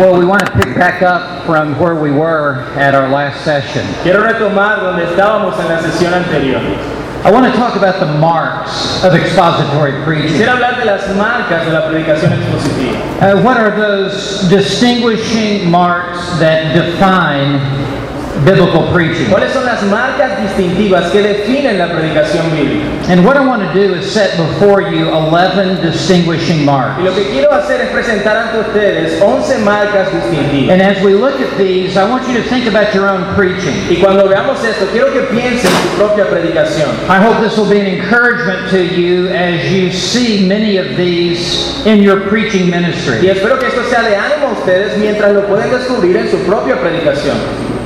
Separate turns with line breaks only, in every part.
Well, we want to pick back up from where we were at our last session.
Quiero retomar donde estábamos en la sesión anterior.
I want to talk about the marks of expository preaching.
Quisiera hablar de las marcas de la predicación expositiva.
Uh, what are those distinguishing marks that define biblical preaching?
¿Cuáles son las marcas distintivas que definen la predicación bíblica?
And what I want to do is set before you 11 distinguishing
Y
marks.
lo que quiero hacer es presentar ante ustedes 11 marcas distintivas.
And as we look at these, I want you to think about your own preaching.
Y cuando veamos esto, quiero que piensen en su propia predicación.
I hope this will be an encouragement to you as you see many of these in your preaching
Y
ministry.
espero que esto sea de ánimo a ustedes mientras lo pueden descubrir en su propia predicación.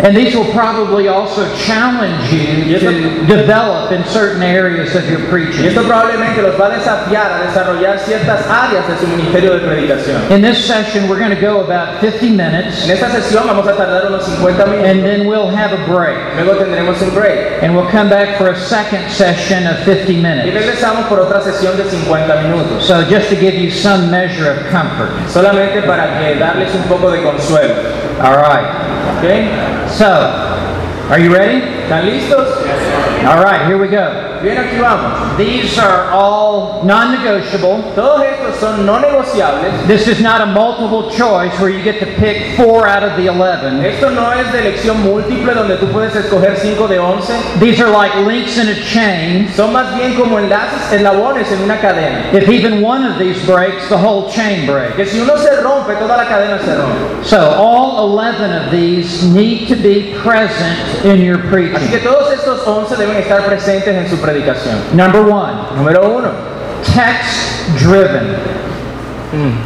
And these will probably also challenge you
Yes, sir.
to develop in certain areas of your
Y
preaching.
esto probablemente los va a desafiar a desarrollar ciertas áreas de su ministerio de predicación.
In this session, we're going to go about 50 minutes,
En esta sesión vamos a tardar unos 50
and
minutos.
then we'll have a break.
Luego tendremos un break.
And we'll come back for a second session of 50
Y
minutes.
regresamos por otra sesión de 50 minutos.
So just to give you some measure of comfort.
Solamente para que darles un poco de consuelo.
All right.
¿Ok?
So, are you ready?
¿Están listos?
All right, here we go.
Bien, aquí vamos.
These are all non-negotiable.
Todos estos son no negociables.
This is not a multiple choice where you get to pick four out of the 11.
Esto no es de elección múltiple donde tú puedes escoger 5 de 11.
These are like links in a chain.
Son más bien como enlaces, eslabones en una cadena.
If even one of these breaks, the whole chain breaks.
Que si uno se rompe, toda la cadena se rompe.
So all 11 of these need to be present in your
Así que
preaching.
todos estos 11 deben estar presentes en su predicación.
Number one,
Número 1.
text driven.
Hmm.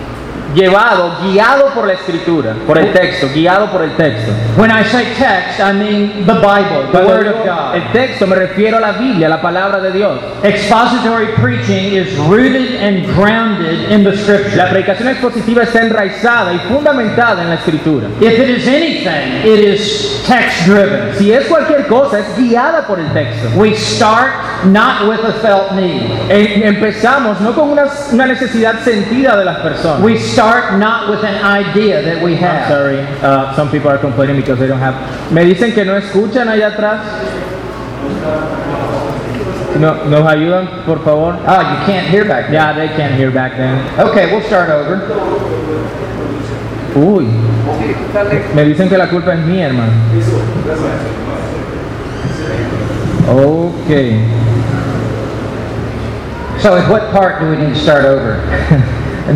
Llevado, guiado por la escritura, por el texto, guiado por el texto.
When I say text, I mean the Bible, the Word of God.
El texto me refiero a la Biblia, a la palabra de Dios.
Expository preaching is rooted and grounded in the
La
Scripture.
predicación expositiva está enraizada y fundamentada en la escritura.
If it is anything, it is text driven.
Si es cualquier cosa, es guiada por el texto.
We start not with a felt need.
Em- Empezamos no con una, una necesidad sentida de las personas.
We start not with an idea that we
I'm
have.
sorry, uh, some people are complaining because they don't have. Me dicen que no escuchan allá atrás. No, nos ayudan, por favor.
Oh, you can't hear back there.
Yeah, they can't hear back then.
Okay, we'll start over.
Uy. Me dicen que la culpa es mía, hermano. Okay.
So, at what part do we need to start over?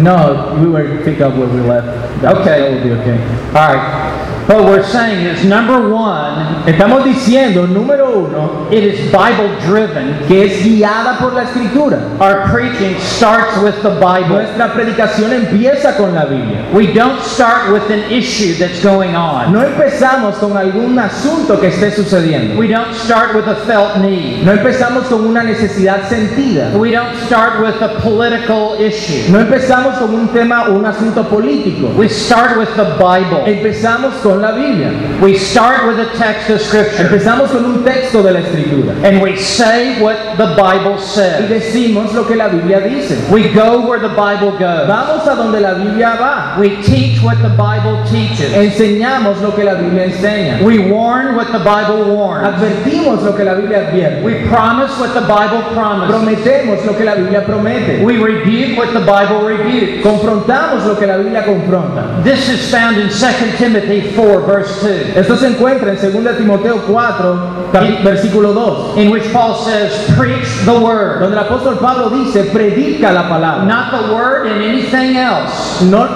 No, we will pick up where we left. That-
Okay.
that will be okay.
All right. What we're saying is number one,
Estamos diciendo, número uno,
it is Bible driven.
que es guiada por la escritura.
Our preaching starts with the Bible.
Nuestra predicación empieza con la Biblia.
We don't start with an issue that's going on.
No empezamos con algún asunto que esté sucediendo.
We don't start with a felt need.
No empezamos con una necesidad sentida.
We don't start with a political issue.
No empezamos con un tema o un asunto político.
We start with the Bible.
Empezamos con la Biblia.
We start with a text of Scripture.
Empezamos con un texto de la escritura.
And we say what the Bible
Y
says.
decimos lo que la Biblia dice.
We go where the Bible goes.
Vamos a donde la Biblia va.
We teach what the Bible teaches.
Enseñamos lo que la Biblia enseña.
We warn what the Bible warns.
Advertimos lo que la Biblia advierte.
We promise what the Bible promises.
Prometemos lo que la Biblia promete.
We rebuke what the Bible rebukes.
Confrontamos lo que la Biblia confronta.
This is found in 2 Timothy 4, verse 2,
Esto se encuentra en 2 Timoteo 4, cap- versículo 2,
in which Paul says, Preach the word.
donde el apóstol Pablo dice, predica la palabra.
Not the word and anything else.
No,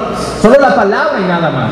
solo la palabra y nada más.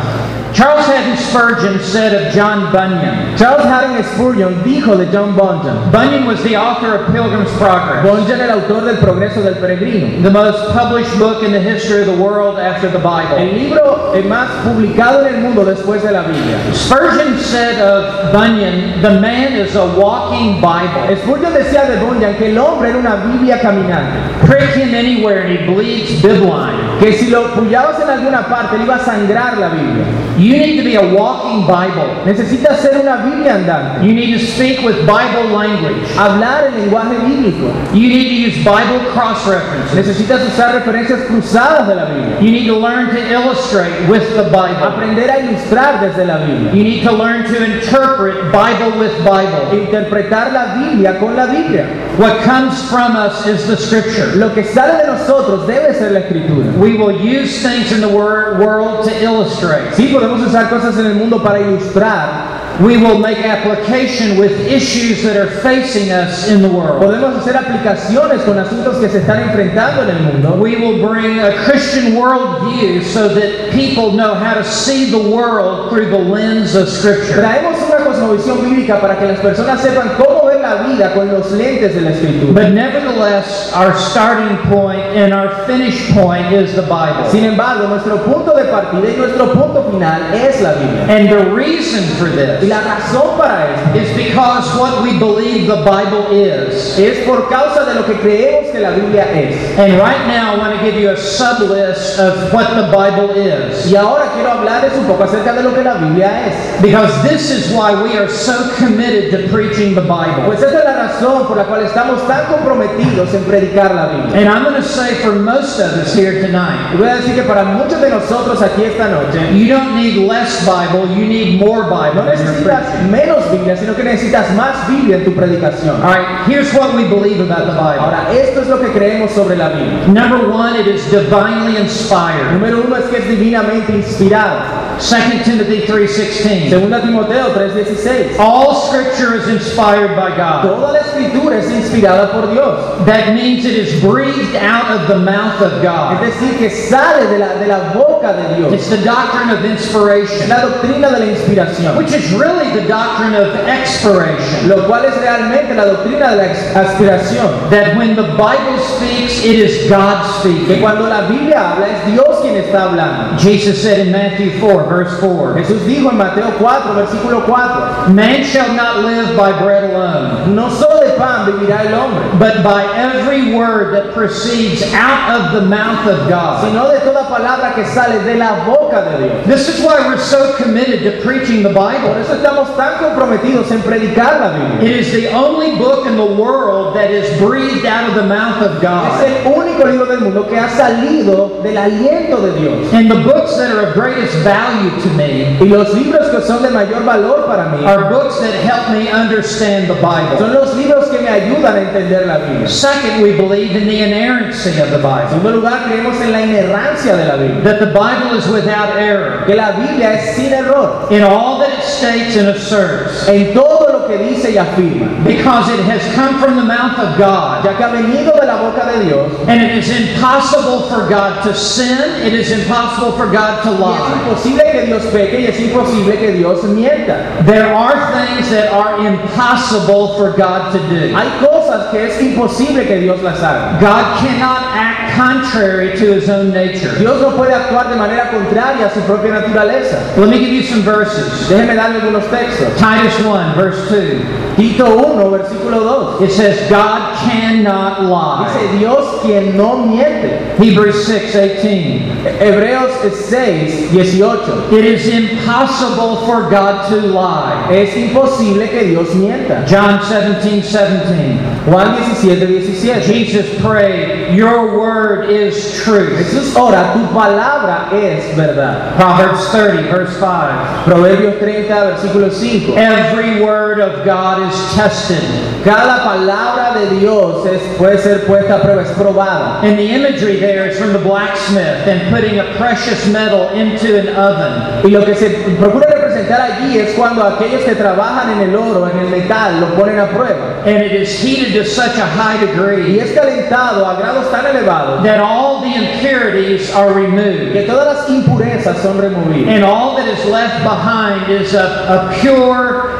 Charles Haddon Spurgeon said of John Bunyan
Charles Haddon Spurgeon dijo de John Bunyan.
Bunyan was the author of Pilgrim's Progress,
Bunyan el autor del Progreso del Peregrino.
the most published book in the history of the world after the
El
Bible.
libro eh, más publicado en el mundo después de la Biblia.
Spurgeon said of Bunyan, The man is a walking Bible.
Spurgeon decía de Bunyan que el hombre era una Biblia caminante.
Prick him anywhere and he bleeds bibline.
que si lo apoyabas en alguna parte, él iba a sangrar la Biblia.
You need to be a walking Bible.
Necesitas ser una Biblia andante.
You need to speak with Bible language.
Hablar el lenguaje bíblico.
You need to use Bible cross references.
Necesitas usar referencias cruzadas de la Biblia.
You need to learn to illustrate with the Bible.
Aprender a ilustrar desde la Biblia.
You need to learn to interpret Bible with Bible.
Interpretar la Biblia con la Biblia.
What comes from us is the Scripture.
Lo que sale de nosotros debe ser la escritura.
We will use things in the wor- world to illustrate.
Sí, podemos usar cosas en el mundo para ilustrar.
We will make application with issues that are facing us in the world.
Podemos hacer aplicaciones con asuntos que se están enfrentando en el mundo.
We will bring a Christian worldview so that people know how to see the world through the lens of Scripture.
Traemos una cosmovisión bíblica para que las personas sepan cómo ver la vida con los lentes de la escritura.
But nevertheless, our starting point and our finish point is the Bible.
Sin embargo, nuestro punto de partida y nuestro punto final es la Biblia.
And the reason for this
Y la razón para esto
is because what we believe the Bible is.
es por causa de lo que creemos que la Biblia es.
And right now, I want to give you a sub list of what the Bible is.
Y ahora quiero hablarles un poco acerca de lo que la Biblia es.
Because this is why we are so committed to preaching the Bible.
Pues esa es la razón por la cual estamos tan comprometidos en predicar la Biblia.
And I'm going to say for most of us here tonight,
Y voy a decir que para muchos de nosotros aquí esta noche,
you don't need less Bible, you need more Bible.
no
in your
necesitas
preaching.
menos Biblia, sino que necesitas más Biblia en tu predicación.
All right, here's what we believe about the Bible.
Ahora, esto es lo que creemos sobre la Biblia.
Number one, it is divinely inspired.
Número uno es que es divinamente inspirado.
2 Timothy 3.16.
Segunda Timoteo 3:16.
All scripture is inspired by God.
Toda la escritura es inspirada por Dios.
That means it is breathed out of the mouth of
Es
God.
decir, que sale de la, de la boca de Dios.
It's the doctrine of
Es
inspiration,
la doctrina de la inspiración.
which is really the doctrine of expiration.
Lo cual es realmente la doctrina de la ex- aspiración.
That when the Bible speaks, it is God
Que
speaking.
cuando la Biblia habla es Dios quien está hablando.
Jesus said in Matthew 4, verse 4,
Jesús dijo en Mateo 4, versículo 4,
Man shall not live by bread alone,
no solo de pan vivirá el hombre,
but by every word that proceeds out of the mouth of God.
sino de toda palabra que sale de la boca de Dios.
This is why we're so committed to preaching the
Por
Bible.
eso estamos tan comprometidos en predicar la Biblia.
It is the only book in the world that is breathed out of the mouth of
Es
God.
el único libro del mundo que ha salido del aliento de Dios.
And the books that are of greatest value to me
Y los libros que son de mayor valor para mí
are books that help me understand the Bible.
son los libros que me ayudan a entender la Biblia.
Second, we believe in the inerrancy of the
En
Bible,
segundo lugar, creemos en la inerrancia de la Biblia,
that the Bible is without error
que la Biblia es sin error
in all that it states and asserts,
en todo lo que dice y afirma.
because it has come from the mouth of God.
ya que ha venido de la boca de Dios,
And it is impossible for God to sin. It is impossible for God to
y es
lie.
imposible que Dios peque y es imposible que Dios mienta.
There are things that are impossible for God to do.
Hay cosas que es imposible que Dios las haga.
God cannot act contrary to his own nature.
Dios no puede actuar de manera contraria a su propia naturaleza.
Let me give you some verses.
Déjeme darle algunos textos.
Titus 1, verse 2.
Tito 1, versículo 2.
It says, God cannot lie.
Dice Dios quien no miente.
Hebrews 6, 18.
Hebreos 6, 18.
It is impossible for God to lie.
Es imposible que Dios mienta.
John 17, 17.
Juan 17, 17.
Jesus prayed, Your word is truth.
Jesús ora, tu palabra es verdad.
Proverbs 30, verse 5.
Proverbios 30, versículo 5.
Every word of God is tested.
Cada palabra de Dios es- puede ser puesta a prueba, es probada.
And the imagery there is from the blacksmith and putting a precious metal into an oven.
Y lo que se procura representar allí es cuando aquellos que trabajan en el oro, en el metal, lo ponen a prueba.
And it is heated to such a high
Y
degree
es calentado a grados tan elevados
that all the impurities are
que
removed.
todas las impurezas son removidas.
And all that is left behind is a, a pure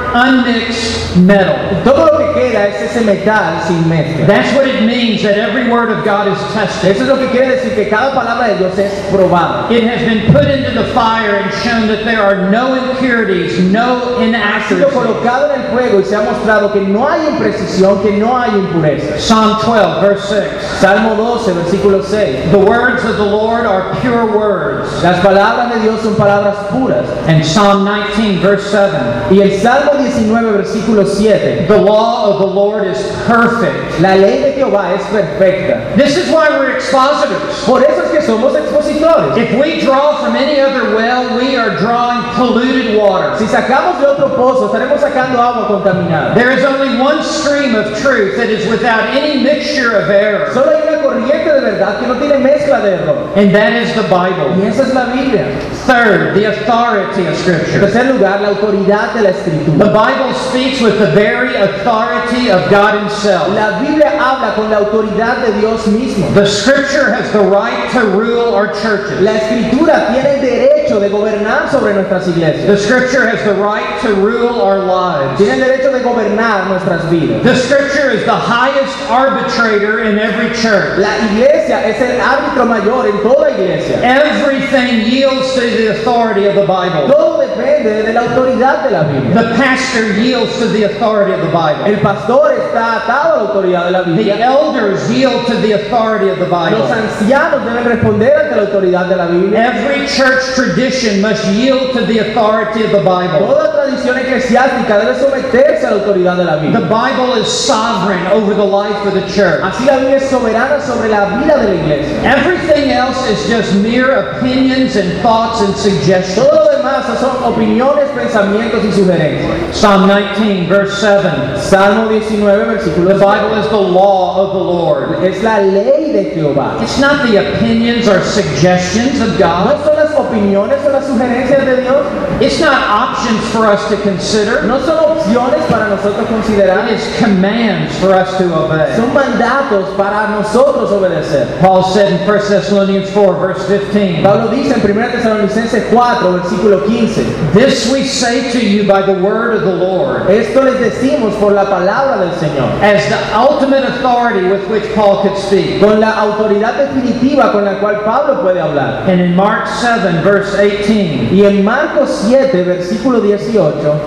unmixed metal.
Todo lo que queda es ese metal sin mezcla.
That's what it means that every word of God is tested.
Eso es lo que quiere decir que cada palabra de Dios es probada.
It has been put into the fire and shown that there are no impurities, no
Ha sido
inaccuracies.
colocado en el fuego y se ha mostrado que no hay imprecisión, que no hay impureza.
Psalm 12, verse 6.
Salmo 12, versículo 6.
The words of the Lord are pure words.
Las palabras de Dios son palabras puras.
And Psalm 19, verse 7.
Y el Salmo 19, versículo 7.
The law of the Lord is perfect.
La ley de Jehová es perfecta.
This is why we're expositors.
Por eso es que somos expositores.
If we draw from any other well, we are drawing polluted water.
Si sacamos de otro pozo, estaremos sacando agua contaminada.
There is only one stream of truth that is without any mixture of error,
Solo hay una corriente de verdad que no tiene mezcla de error.
and that is the
Y
Bible.
esa es la Biblia.
Third, the authority of
En
Scripture.
tercer lugar, la autoridad de la
The
escritura.
Bible speaks with the very authority of God Himself.
La Biblia habla con la autoridad de Dios mismo.
The Scripture has the right to rule our churches.
La escritura tiene el derecho de gobernar sobre nuestras iglesias.
The Scripture has the right to rule our lives.
Tiene el derecho de gobernar nuestras vidas.
The scripture is the highest arbitrator in every church.
La iglesia es el árbitro mayor en toda iglesia.
Everything yields to the authority of the Bible.
Todo depende de la autoridad de la Biblia.
The pastor yields to the authority of the Bible.
El pastor está atado a la autoridad de la
The
Biblia.
elders yield to the authority of the
Los
Bible.
ancianos deben responder ante la autoridad de la Biblia.
Every church tradition must yield to the authority of the Bible.
Toda tradición eclesiástica debe someterse a la autoridad de la Biblia.
The Bible is sovereign over the life of the church.
Así la Biblia es soberana sobre la vida de la iglesia.
Everything else is just mere opinions and thoughts and suggestions.
Todo lo demás son opiniones, pensamientos y sugerencias.
Psalm 19, verse 7.
Salmo 19,
The
versículo 5.
Bible is the law of the Lord.
Es la ley de Jehová.
It's not the opinions or suggestions of God.
No son las opiniones o las sugerencias de Dios.
It's not options for us to consider.
No son opciones para nosotros
It
considerar.
is commands for us to obey.
Son mandatos para nosotros obedecer.
Paul said in 1 Thessalonians 4, verse 15,
Pablo dice en 1 Tesalonicenses 4, versículo 15.
This we say to you by the word of the Lord,
Esto les decimos por la palabra del Señor.
as the ultimate authority with which Paul could speak.
Con la autoridad definitiva con la cual Pablo puede hablar.
And in Mark 7, verse 18,
Y en Marcos 7, versículo 18,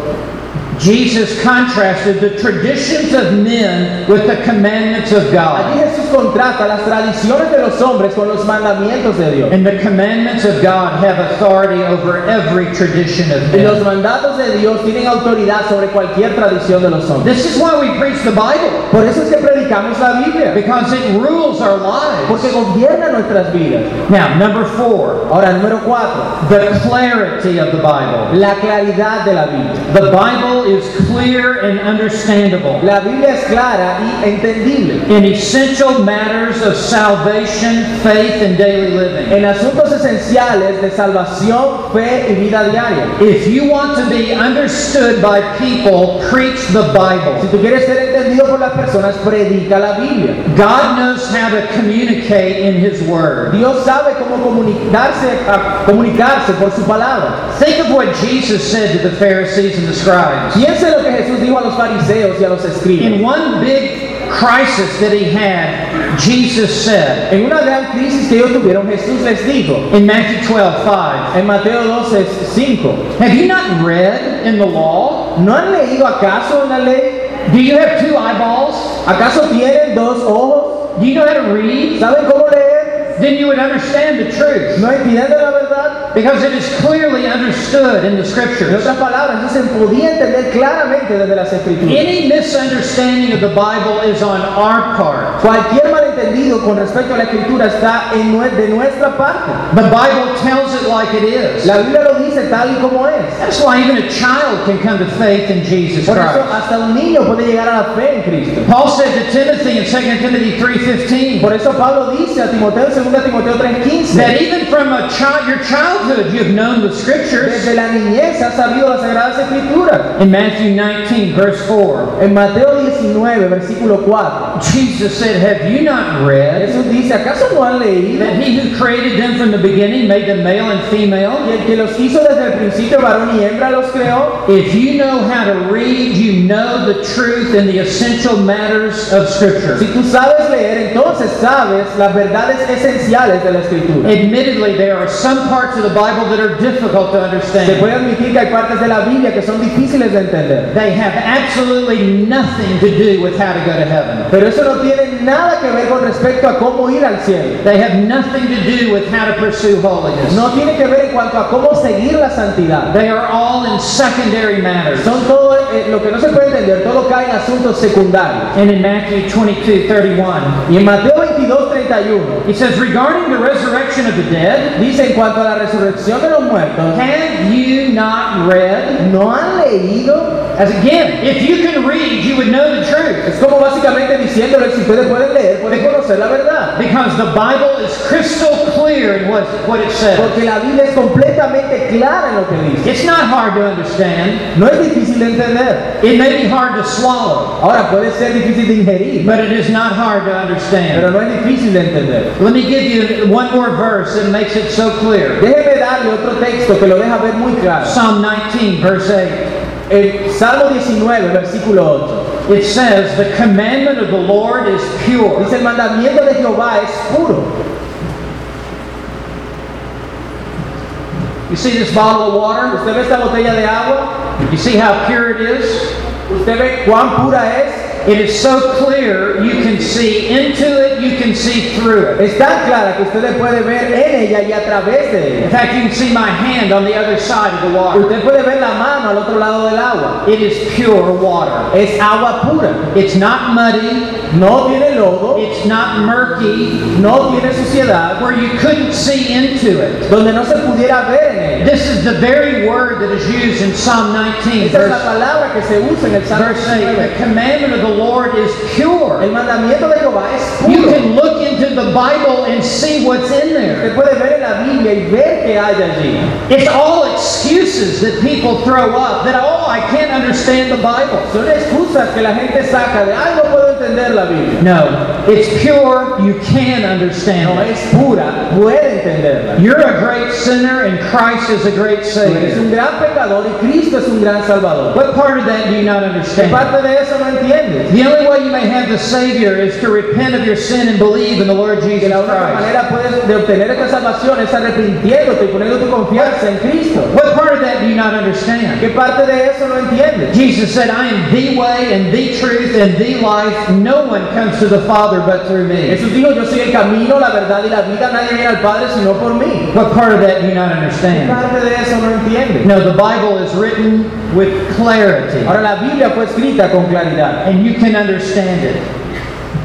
Jesus contrasted the traditions of men with the commandments of
allí
God.
Jesús contrasta las tradiciones de los hombres con los mandamientos de Dios.
And the commandments of God have authority over every tradition of
Y los
men.
mandatos de Dios tienen autoridad sobre cualquier tradición de los hombres.
This is why we preach the Bible,
Por eso es que predicamos la Biblia,
because it rules our lives.
porque gobierna nuestras vidas.
Now, number four,
Ahora, número 4,
the clarity of the Bible.
la claridad de la Biblia.
The Bible is clear and understandable
La Biblia es clara y entendible
in essential matters of salvation, faith, and daily living.
en asuntos esenciales de salvación, fe y vida diaria.
If you want to be understood by people, preach the
Si
Bible.
tú quieres ser entendido por las personas, predica la Biblia.
God knows how to communicate in His Word.
Dios sabe cómo comunicarse, a- comunicarse por su palabra.
Think of what Jesus said to the Pharisees and the scribes.
Piense lo que Jesús dijo a los fariseos y a los
In
escribas.
one big crisis that he had, Jesus said
En una gran crisis que ellos tuvieron, Jesús les dijo,
in Matthew 12, 5,
en Mateo 12, 5,
Have you not read in the law?
¿no han leído acaso en la ley?
Do you have two eyeballs?
¿Acaso tienen dos ojos?
Do you know how to read?
¿Saben cómo leer?
Then you would understand the truth.
¿No entienden la verdad?
Because it is clearly understood in the
En
scriptures.
otras palabras, dicen, podía entender claramente desde las escrituras.
Any misunderstanding of the Bible is on our part.
Cualquier malentendido con respecto a la escritura está en nue- de nuestra parte.
The Bible tells it like it is.
La Biblia lo dice tal y como es.
That's why even a child can come to faith in Jesus
Por eso
Christ.
hasta un niño puede llegar a la fe en Cristo.
Paul said to Timothy in 2 Timothy 3.15,
Por eso Pablo dice a Timoteo, 2 Timoteo
That
3:15,
even from a child, your childhood, you've known the scriptures.
desde la niñez has sabido las sagradas escrituras.
In Matthew 19, verse 4,
En Mateo 19, versículo 4,
Jesus said, Have you not not read
Jesús dice, ¿acaso no han leído?
that he who created them from the beginning made them male and female?
Y el que los hizo desde el principio, varón y hembra, los creó.
If you know how to read, you know the truth and the essential matters of
Si
Scripture.
tú sabes leer, entonces sabes las verdades esenciales de la Escritura.
Admittedly, there are some parts of the Bible that are difficult to
Se puede
understand.
admitir que hay partes de la Biblia que son difíciles de entender,
They have absolutely nothing to do with how to go to heaven.
pero eso no tiene nada que ver con respecto a cómo ir al cielo.
They have nothing to do with how to pursue holiness.
No tiene que ver en cuanto a cómo seguir la santidad.
They are all in secondary matters.
Son todo eh, lo que no se puede entender, todo cae en asuntos secundarios.
And in Matthew 22, 31,
Y en Mateo 22, 31,
he says, Regarding the resurrection of the dead,
dice en cuanto a la resurrección de los muertos,
have you not read?
¿no han leído?
As again, if you can read, you would know the truth.
Es como básicamente diciéndole, si ustedes pueden leer, pueden conocer la verdad.
Because the Bible is crystal clear in what, what it says.
Porque la Biblia es completamente clara en lo que dice.
It's not hard to understand.
No es difícil de entender.
It may be hard to swallow,
Ahora puede ser difícil de ingerir.
but it is not hard to
Pero
understand.
no es difícil de entender.
Let me give you one more verse that makes it so clear.
Déjeme darle otro texto que lo deja ver muy claro.
Psalm 19, verse 8.
El Salmo 19, versículo 8.
It says, The commandment of the Lord is pure.
Dice, el mandamiento de Jehová es puro.
You see this bottle of water?
Usted ve esta botella de agua,
You see how pure it is?
usted ve cuán pura es.
It is so clear you can see into it, you can see through it.
Es tan clara que usted le puede ver en ella y a través de
In
ella.
fact, you can see my hand on the other side of the water.
Usted puede ver la mano al otro lado del agua.
It is pure water.
Es agua pura.
It's not muddy,
No tiene lodo,
it's not murky,
no tiene suciedad,
where you couldn't see into it.
donde no se pudiera ver en ella.
This is the very word that is used in Psalm 19,
Esa es la
verse,
palabra que se usa en el Salmo
verse 8.
19.
The commandment of the Lord is pure.
El mandamiento de Jehová es
You
puro.
can look into the Bible and see what's in
Se
there.
puede ver en la Biblia y ver que hay allí.
It's all excuses that people throw up that, oh, I can't understand the Bible.
Son excusas que la gente saca de, ay, no puedo entender la Biblia.
No, it's pure. You can
No,
understand it.
es pura, puede entenderla.
You're a great sinner and Christ is a great
Tú eres
Savior.
un gran pecador y Cristo es un gran salvador.
What part of that do you not
¿Qué
understand?
parte de eso no entiendes?
The only way you may have the Savior is to repent of your sin and believe in the Lord
Que
Jesus
la única
Christ.
manera puedes de obtener esta salvación es arrepintiéndote y poniendo tu confianza en Cristo.
What part of that do you not understand?
¿Qué parte de eso no entiendes?
Jesus said, I am the way and the truth and the life. No one comes to the Father but through me.
Jesús dijo, yo soy el camino, la verdad y la vida, nadie viene al Padre sino por mí.
What part of that do you not
¿Qué
understand?
parte de eso no entiendes?
No, the Bible is written with clarity,
Ahora la Biblia fue escrita con claridad
and you can understand it.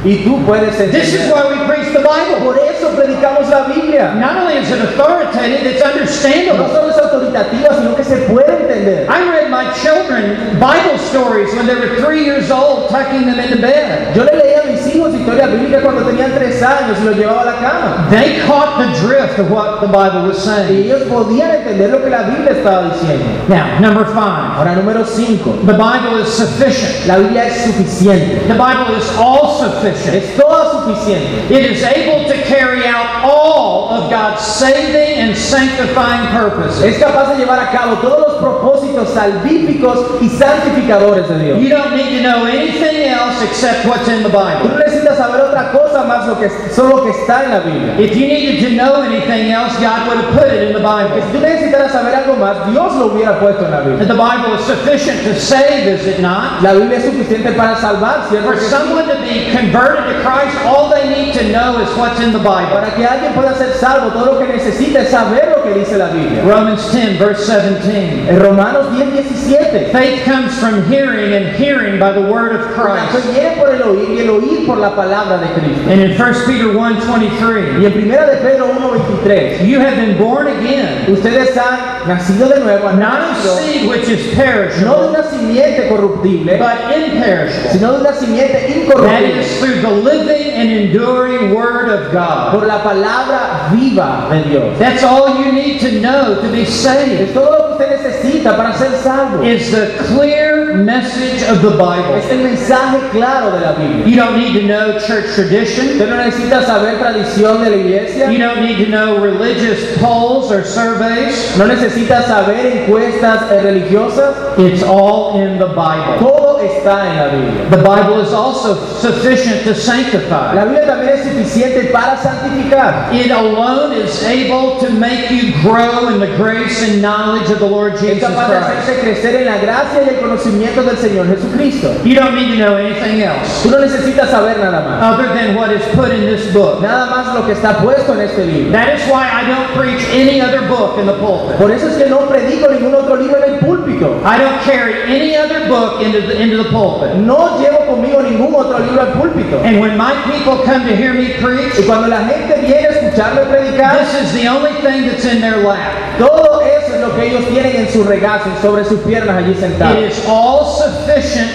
y tú puedes
This is
entender.
why we preach the Bible.
Por eso predicamos la Biblia.
Not only is it authoritative, it's
No
understandable.
solo es autoritativa, sino que se puede entender.
I read my children Bible stories when they were three years old, tucking them into bed.
Yo le leía a mis hijos historia bíblica cuando tenían tres años y los llevaba a la cama.
They caught the drift of what the Bible was
Y
saying.
ellos podían entender lo que la Biblia estaba diciendo.
Now, number five,
Ahora, número cinco.
the Bible is sufficient.
La Biblia es suficiente.
The Bible is all sufficient.
Es todo suficiente.
It is able to carry out all of God's saving and sanctifying purposes.
Es capaz de llevar a cabo todos los propósitos salvíficos y santificadores de Dios.
You don't need to know anything else except what's in the
Tú no
Bible.
necesitas saber otra cosa más lo que, solo lo que está en la Biblia.
If you needed to know anything else, God would have put it in the
Que
Bible.
si tú necesitaras saber algo más, Dios lo hubiera puesto en la Biblia.
And the Bible is sufficient to save, is it not?
La Biblia es suficiente para salvar, ¿cierto?
For
que sí?
someone to be converted to Christ, all they need to know is what's in the Bible.
Para que alguien pueda ser salvo, todo lo que necesita es saber lo que dice la Biblia.
Romans 10, verse 17.
En Romanos 10, 17.
Faith comes from hearing, and hearing by the word of
La fe
Christ.
viene por el oír y el oír por la palabra de Cristo.
And in 1 Peter 1, 23.
Y en primera de Pedro 1, 23.
You have been born again,
Ustedes han nacido de nuevo, han
not of
nacido
seed which is
no de
perishable,
una simiente corruptible,
but imperishable.
sino de una simiente
That
incorruptible.
is through the living and enduring Word of God.
Por la palabra viva de Dios.
That's all you need to know to be
Es
saved.
todo lo que usted necesita para ser salvo.
Is the clear, message of the Bible.
Es el mensaje claro de la Biblia.
You don't need to know church tradition.
Usted no necesita saber tradición de la iglesia.
You don't need to know religious polls or surveys.
No necesita saber encuestas eh, religiosas.
It's all in the Bible.
Todo está en la Biblia.
The Bible is also sufficient to sanctify.
La Biblia también es suficiente para santificar.
It alone is able to make you grow in the grace and knowledge of the Lord
Es
Jesus
capaz de
Christ.
hacerse crecer en la gracia y el conocimiento del Señor Jesucristo.
You don't need to know anything else
Tú no necesitas saber nada más.
other than what is put in this book.
Nada más lo que está puesto en este libro.
That is why I don't preach any other book in the pulpit.
Por eso es que no predico ningún otro libro en el púlpito.
I don't carry any other book into the, into the pulpit.
No llevo conmigo ningún otro libro al púlpito.
And when my people come to hear me preach,
Y cuando la gente viene a escucharme predicar,
this is the only thing that's in their lap.
todo eso es lo que ellos tienen en su regazo, sobre sus piernas allí
It
sentados.
is all sufficient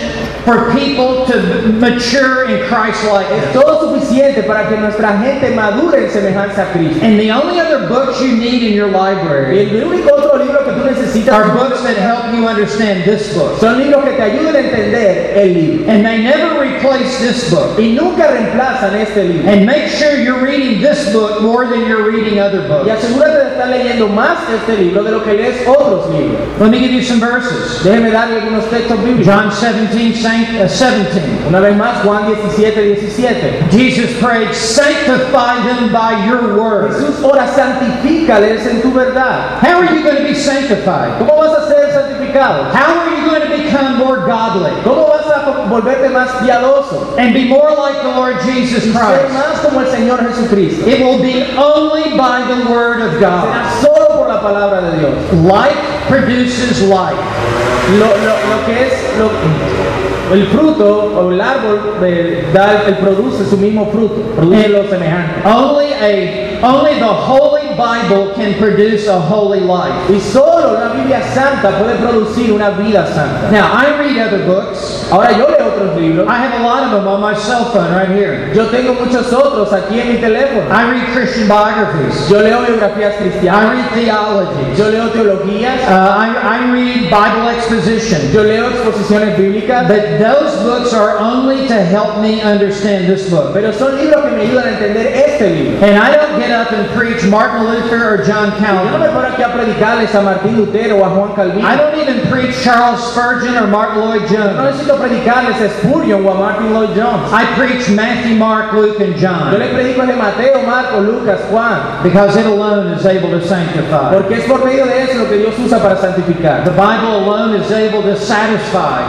for people to mature in Christ
Es
likeness.
todo suficiente para que nuestra gente madure en semejanza a Cristo.
And the only other books you need in your
Y
library
el único otro libro que tú necesitas
are books that help you understand this book.
son libros que te ayuden a entender el libro.
And they never replace this book.
Y nunca reemplazan este libro.
And make sure you're reading this book more than you're reading other
Y
books.
asegúrate de estar leyendo más este libro de lo que lees otros libros.
Let me give you some verses.
Déjeme darle algunos textos bíblicos.
John 17, san- uh, 17.
Una vez más, Juan 17, 17.
Jesus prayed, sanctify them by your word.
Jesús ora, santifícales en tu verdad.
How are you going to be sanctified?
¿Cómo vas a ser santificado?
How are you going to become more godly
¿Cómo vas a volverte más piadoso?
and be more like the Lord Jesus
Y ser
Christ?
más como el Señor Jesucristo.
It will be only by the Word of
Será
God.
solo por la palabra de Dios.
Like produces like.
Lo, lo- lo que es lo- el fruto o el árbol eh, da, el- produce su mismo fruto, produce lo semejante.
Only a only the Holy Bible can produce a holy life.
Y solo la Biblia Santa puede producir una vida santa.
Now I read other books.
Ahora yo leo otros libros.
I have a lot of them on my cell phone right here.
Yo tengo muchos otros aquí en mi teléfono.
I read Christian biographies.
Yo leo biografías cristianas.
I read theology.
Yo leo
Uh,
teologías.
I, I read Bible exposition.
Yo leo exposiciones bíblicas.
But those books are only to help me understand this book.
Pero son libros que me ayudan a entender este libro.
And I don't get up and preach Martin Luther or John
Yo no
Calvin.
me pongo aquí a predicarles a Martín Lutero o a Juan Calvino.
I don't even preach Charles Spurgeon or Martin Lloyd
No
Jones.
necesito predicarles a Spurgeon o a Martin Lloyd Jones.
I preach Matthew, Mark, Luke, and
Yo les
John
predico de Mateo, Marco, Lucas, Juan.
because it alone is able to sanctify.
Porque es por medio de eso lo que Dios usa para
The
santificar.
Bible alone is able to satisfy.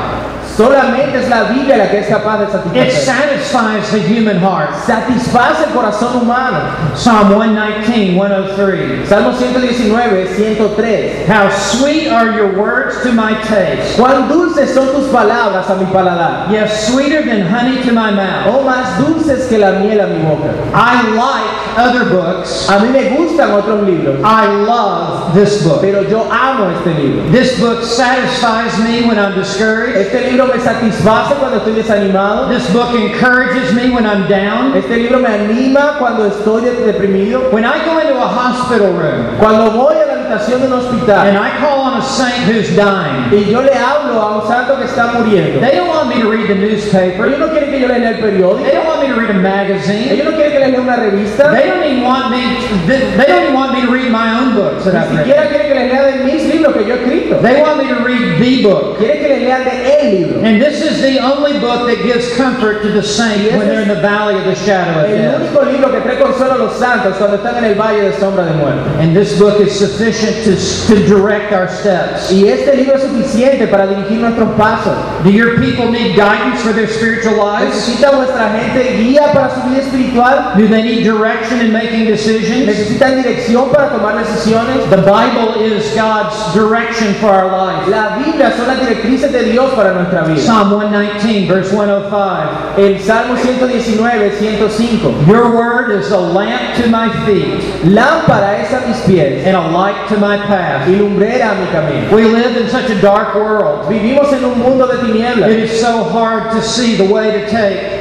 Solamente es la Biblia la que es capaz de
It
satisfacer.
satisfies the human heart.
Satisface el corazón humano.
Psalm 119, 103.
Salmo 119, 103.
How sweet are your words to my taste.
Cuán dulces son tus palabras a mi paladar.
Yes, sweeter than honey to my mouth.
Oh, más dulces que la miel a mi boca.
I like other books.
A mí me gustan otros libros.
I love this book.
Pero yo amo este libro.
This book satisfies me when I'm discouraged.
Este libro me satisface cuando estoy desanimado.
This book encourages me when I'm down.
Este libro me anima cuando estoy de- deprimido.
When I go into a hospital room
Cuando voy a la habitación de un
and
hospital
I call on a saint who's dying,
y yo le hablo a un santo que está muriendo.
they don't want me to read the
Pero
newspaper.
ellos no quieren que yo les lea el
They
periódico.
don't want me to read a magazine.
Ellos no quieren que les lea una revista.
They don't even want me. To, they they don't even want me to read my own books that
Ni
I've
siquiera
read.
quieren que les lea de mis libros que yo he escrito.
They want me to read the book.
Quieren que les lean de el libro.
And this is the only book that gives comfort to the saint when they're in the valley of the shadow of
El
death.
único libro que trae consuelo a los santos cuando están en el valle de sombra de muerte.
And this book is sufficient to, to direct our steps.
Y este libro es suficiente para dirigir nuestros pasos.
Do your people need guidance for their spiritual lives?
¿Necesita vuestra gente guía para su vida espiritual?
Do they need direction in making decisions?
¿Necesitan dirección para tomar decisiones?
The Bible is God's direction for our life.
La Biblia son las directrices de Dios para nuestra vida.
Psalm 119, verse 105.
El Salmo 119, 105.
Your word is a lamp to my feet
Lámpara es a mis pies
and a light to my
y
path.
lumbrera a mi camino.
We live in such a dark world.
Vivimos en un mundo de tinieblas
It is so hard to see the way to take.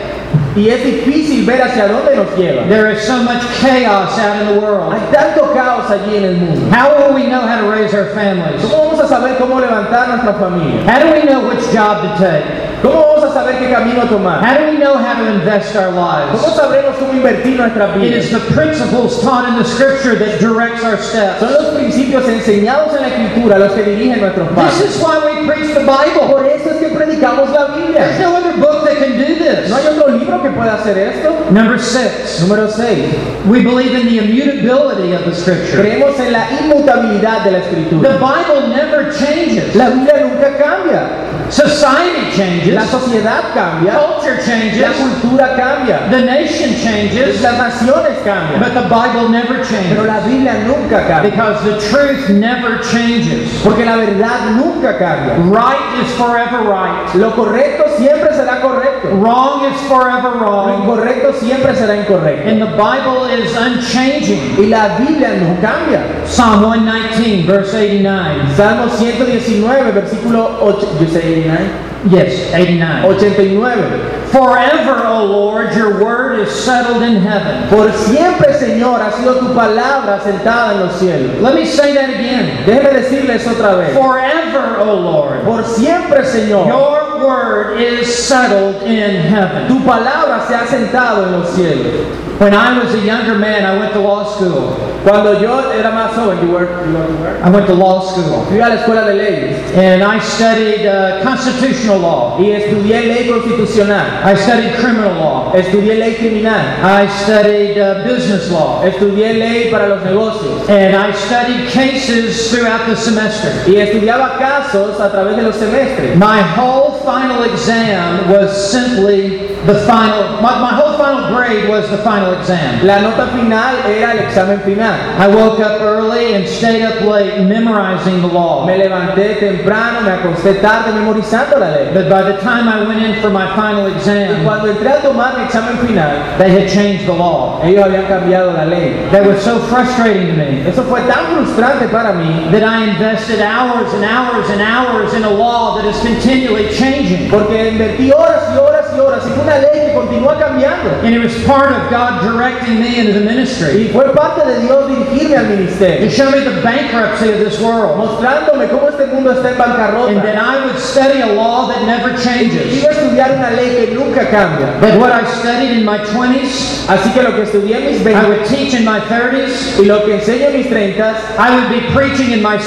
y es difícil ver hacia dónde nos lleva.
There is so much chaos out in the world.
Hay tanto caos allí en el mundo.
How will we know how to raise our families?
¿Cómo vamos a saber cómo levantar nuestra familia?
How do we know which job to take?
¿Cómo vamos a saber qué camino tomar?
How do we know how to invest our
¿Cómo
lives?
sabremos cómo invertir nuestras
It is
vidas?
the principles taught in the scripture that directs our
Son
steps.
los principios enseñados en la Escritura los que dirigen nuestros
This
pasos.
is why we preach the Bible.
Por eso es que predicamos la
There's
Biblia.
no other book that can do
¿No hay
this.
otro libro que pueda hacer esto?
Number six,
Número 6.
we believe in the immutability of the scripture.
Creemos en la inmutabilidad de la
The
Escritura.
Bible never changes.
La Biblia nunca cambia.
Society
La
changes.
sociedad cambia.
Culture
La
changes.
cultura cambia.
The nation changes.
Las naciones cambian.
But the Bible never
Pero
changes.
la Biblia nunca cambia.
Because the truth never changes.
Porque la verdad nunca cambia.
Right is forever right.
Lo correcto siempre será correcto.
Wrong is forever
Lo
wrong.
incorrecto siempre será incorrecto.
And the Bible is unchanging.
Y la Biblia no cambia.
Psalm 119, verse 89.
Salmo 119, versículo 8, you say 89?
Yes, 89.
89.
Forever, O Lord, your word is settled in heaven.
Por siempre, Señor, ha sido tu palabra sentada en los cielos.
Let me say that again.
Déjeme decirles otra vez.
Forever, O Lord,
Por siempre, Señor,
your word is settled in heaven.
tu palabra se ha sentado en los cielos.
When I was a younger man, I went to law school.
Cuando yo era más joven, you were- you were- you were-
I went to law school.
fui a la escuela de leyes
And I studied uh, constitutional law.
y estudié ley constitucional,
I studied criminal law.
estudié ley criminal,
I studied uh, business law.
estudié ley para los negocios
And I studied cases throughout the semester.
y estudiaba casos a través de los semestres.
My whole final exam was simply the final, my, my whole final grade was the final exam.
La nota final era el examen final.
I woke up early and stayed up late memorizing the law.
Me levanté temprano, me acosté tarde memorizando la ley.
But by the time I went in for my final
Y
exam,
cuando entré a tomar mi examen final,
they had changed the law.
ellos habían cambiado la ley.
That was so frustrating to me
Eso fue tan frustrante para mí
that I invested hours and hours and hours in a law that is continually changing.
porque invertí horas y horas y horas y fue una ley que continúa cambiando.
And it was part of God directing me into the
Y
ministry.
fue parte de Dios dirigirme al
He
ministerio,
showed me the bankruptcy of this world.
mostrándome cómo este mundo está en
and that
bancarrota.
I would study a law that never
Y
changes.
iba a estudiar una ley que nunca cambia.
But what I studied in my 20s,
Así que lo que estudié en mis
I
20
would teach in my 30s,
y lo que enseño en mis 30
I would be preaching in my
los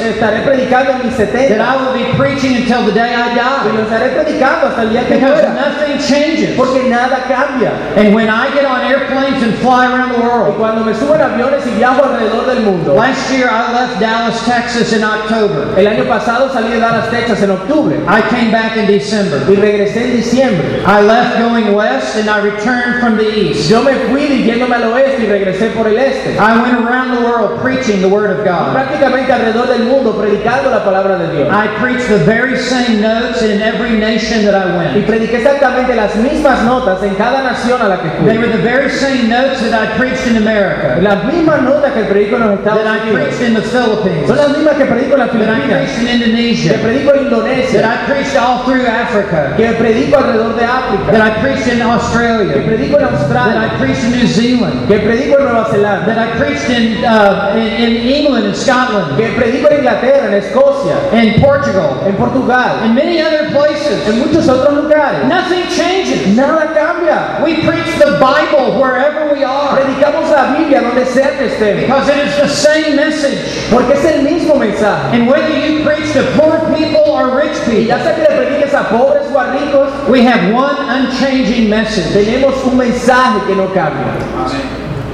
70s,
estaré predicando en mis
that
70
I would be preaching until the day I
y los
die.
estaré predicando hasta el día que
Because
muera.
nothing changes.
Porque nada cambia.
And when I get on airplanes and fly around the
Y
world,
cuando me subo en aviones y viajo alrededor del mundo.
last year I left Dallas, Texas in October.
El año pasado salí de Dallas, Texas en octubre
I came back in December.
y regresé en diciembre.
I left going west and I returned from the east.
Yo me fui dirigiéndome al oeste y regresé por el este.
I went around the world preaching the Word of God.
Prácticamente alrededor del mundo predicando la palabra de Dios.
I preached the very same notes in every nation that I
Y
went.
prediqué exactamente las mismas notas en cada nación a la que
They
fui.
were the very same notes that I preached in America,
Las mismas notas que predico en los
that
Estados
I
Unidos.
preached in the Philippines,
Son las mismas que predico en las
that I
Filipinas,
preached in
que
Indonesia,
predico en
that
Indonesia,
I preached all through Africa,
que predico alrededor de
that
África,
I preached in
que
Australia,
predico en
that
Australia,
I preached in New Zealand,
que predico en Nueva Zelanda.
that I preached in, uh, in, in England and Scotland
que predico en Inglaterra, en Escocia,
and Portugal
en Portugal,
and many other places.
en muchos otros lugares.
Nothing changes.
Nada cambia.
We preach the Bible wherever we are
Predicamos la Biblia donde sea que estemos,
because it is the same message.
porque es el mismo mensaje.
And whether you preach to poor people or rich
Y ya
people,
sea que le prediques a pobres o a ricos,
we have one unchanging message.
tenemos un mensaje que no cambia.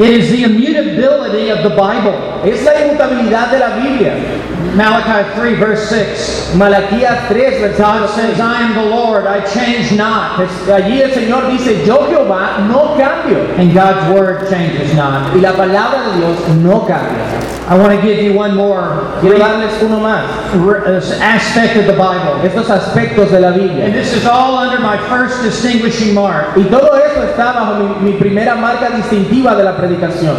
It is the immutability of the Bible.
Es la inmutabilidad de la Biblia.
Malachi 3, verse 6.
Malaquías 3,
God
versículo 6.
says, I am the Lord, I change not.
Pues Allí el Señor dice, yo Jehová no cambio.
And God's word changes not.
Y la palabra de Dios no cambia.
I want to give you one more
Quiero darles uno más.
re- uh, aspect of the Bible.
Estos aspectos de la Biblia.
And this is all under my first distinguishing mark
Y todo eso está bajo mi, mi primera marca distintiva de la predicación,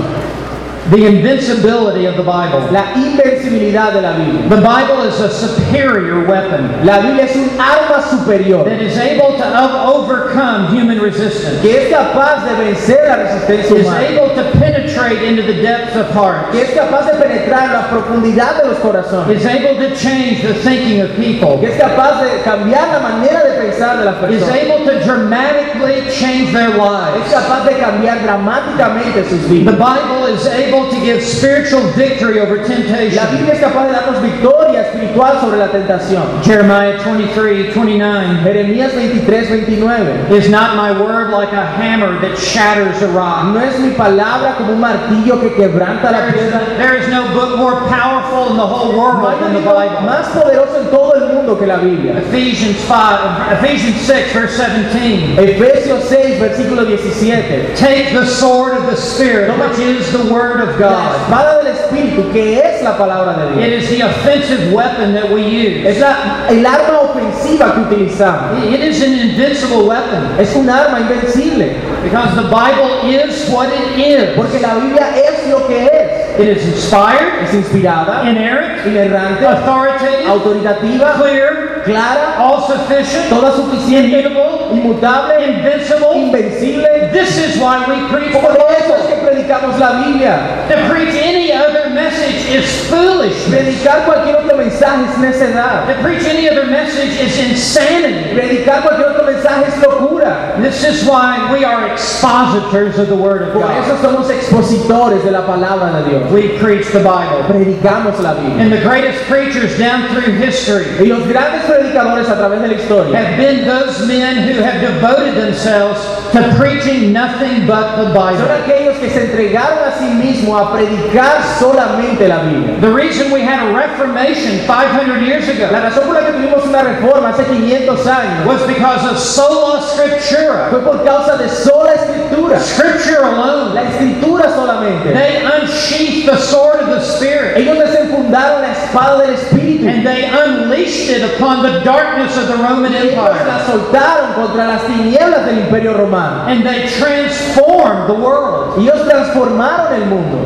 the invincibility of the Bible.
la invencibilidad de la Biblia.
The Bible is a superior weapon.
La Biblia es un arma superior
that is able to o- overcome human resistance,
que es capaz de vencer la resistencia
is
humana,
able to penetrate into the depths of hearts,
que es capaz de penetrar la profundidad de los corazones,
is able to change the thinking of people,
que es capaz de cambiar la manera de pensar de las
is
personas,
able to dramatically change their
es
lives.
capaz de cambiar dramáticamente sus
The
vidas.
Bible is able to give spiritual victory over
La
temptation.
Biblia es capaz de darnos victoria espiritual sobre la tentación.
Jeremiah 23, 29.
Jeremías 23, 29.
Is not my word like a hammer that shatters a rock?
Ah, No es mi palabra como un martillo que quebranta
There
la
is,
piedra.
there is no book more powerful in the whole
No hay
world than
un
the
libro
Bible.
más poderoso en todo el mundo que la Biblia.
Ephesians 5, Ephesians 6, verse 17.
Efesios 6, versículo 17.
Take the sword of the Spirit, which is the word of
La
God.
espada del Espíritu, que es la palabra de Dios.
It is the offensive weapon that we use.
Es la, el arma ofensiva que utilizamos.
It is an invincible weapon
Es un arma invencible.
because the Bible is what it is.
Porque la Biblia es lo que es.
It is inspired,
Es inspirada,
inerrant,
inerrante,
authoritative,
autoritativa,
clear,
clara,
all sufficient,
toda suficiente,
immutable,
inmutable,
invincible.
invencible.
This is why we preach
Por
the
eso es
Bible.
que predicamos la Biblia.
To preach any other message is foolishness.
Predicar cualquier otro mensaje es necedad.
To preach any other message is insanity.
Predicar cualquier otro mensaje es locura.
This is why we are expositors of the Word of
Por eso
God.
somos expositores de la palabra de Dios.
We preach the Bible.
Predicamos la Biblia.
And the greatest preachers down through history
Y los grandes predicadores a través de la historia
have been those men who have devoted themselves to preaching nothing but the
son
Bible.
aquellos que se entregaron a sí mismos a predicar solamente la Biblia.
The reason we had a Reformation 500 years
La
ago
razón por la que tuvimos una reforma hace 500 años
was because of sola scriptura,
fue por causa de sola escritura,
scripture alone.
la escritura solamente.
They unsheathed the sword of the Spirit
Ellos desenfundaron la espada del Espíritu.
and they unleashed it upon the darkness of the Roman
Ellos
Empire.
la soltaron contra las tinieblas del imperio romano.
And they transformed the world.
Y Ellos transformaron el mundo.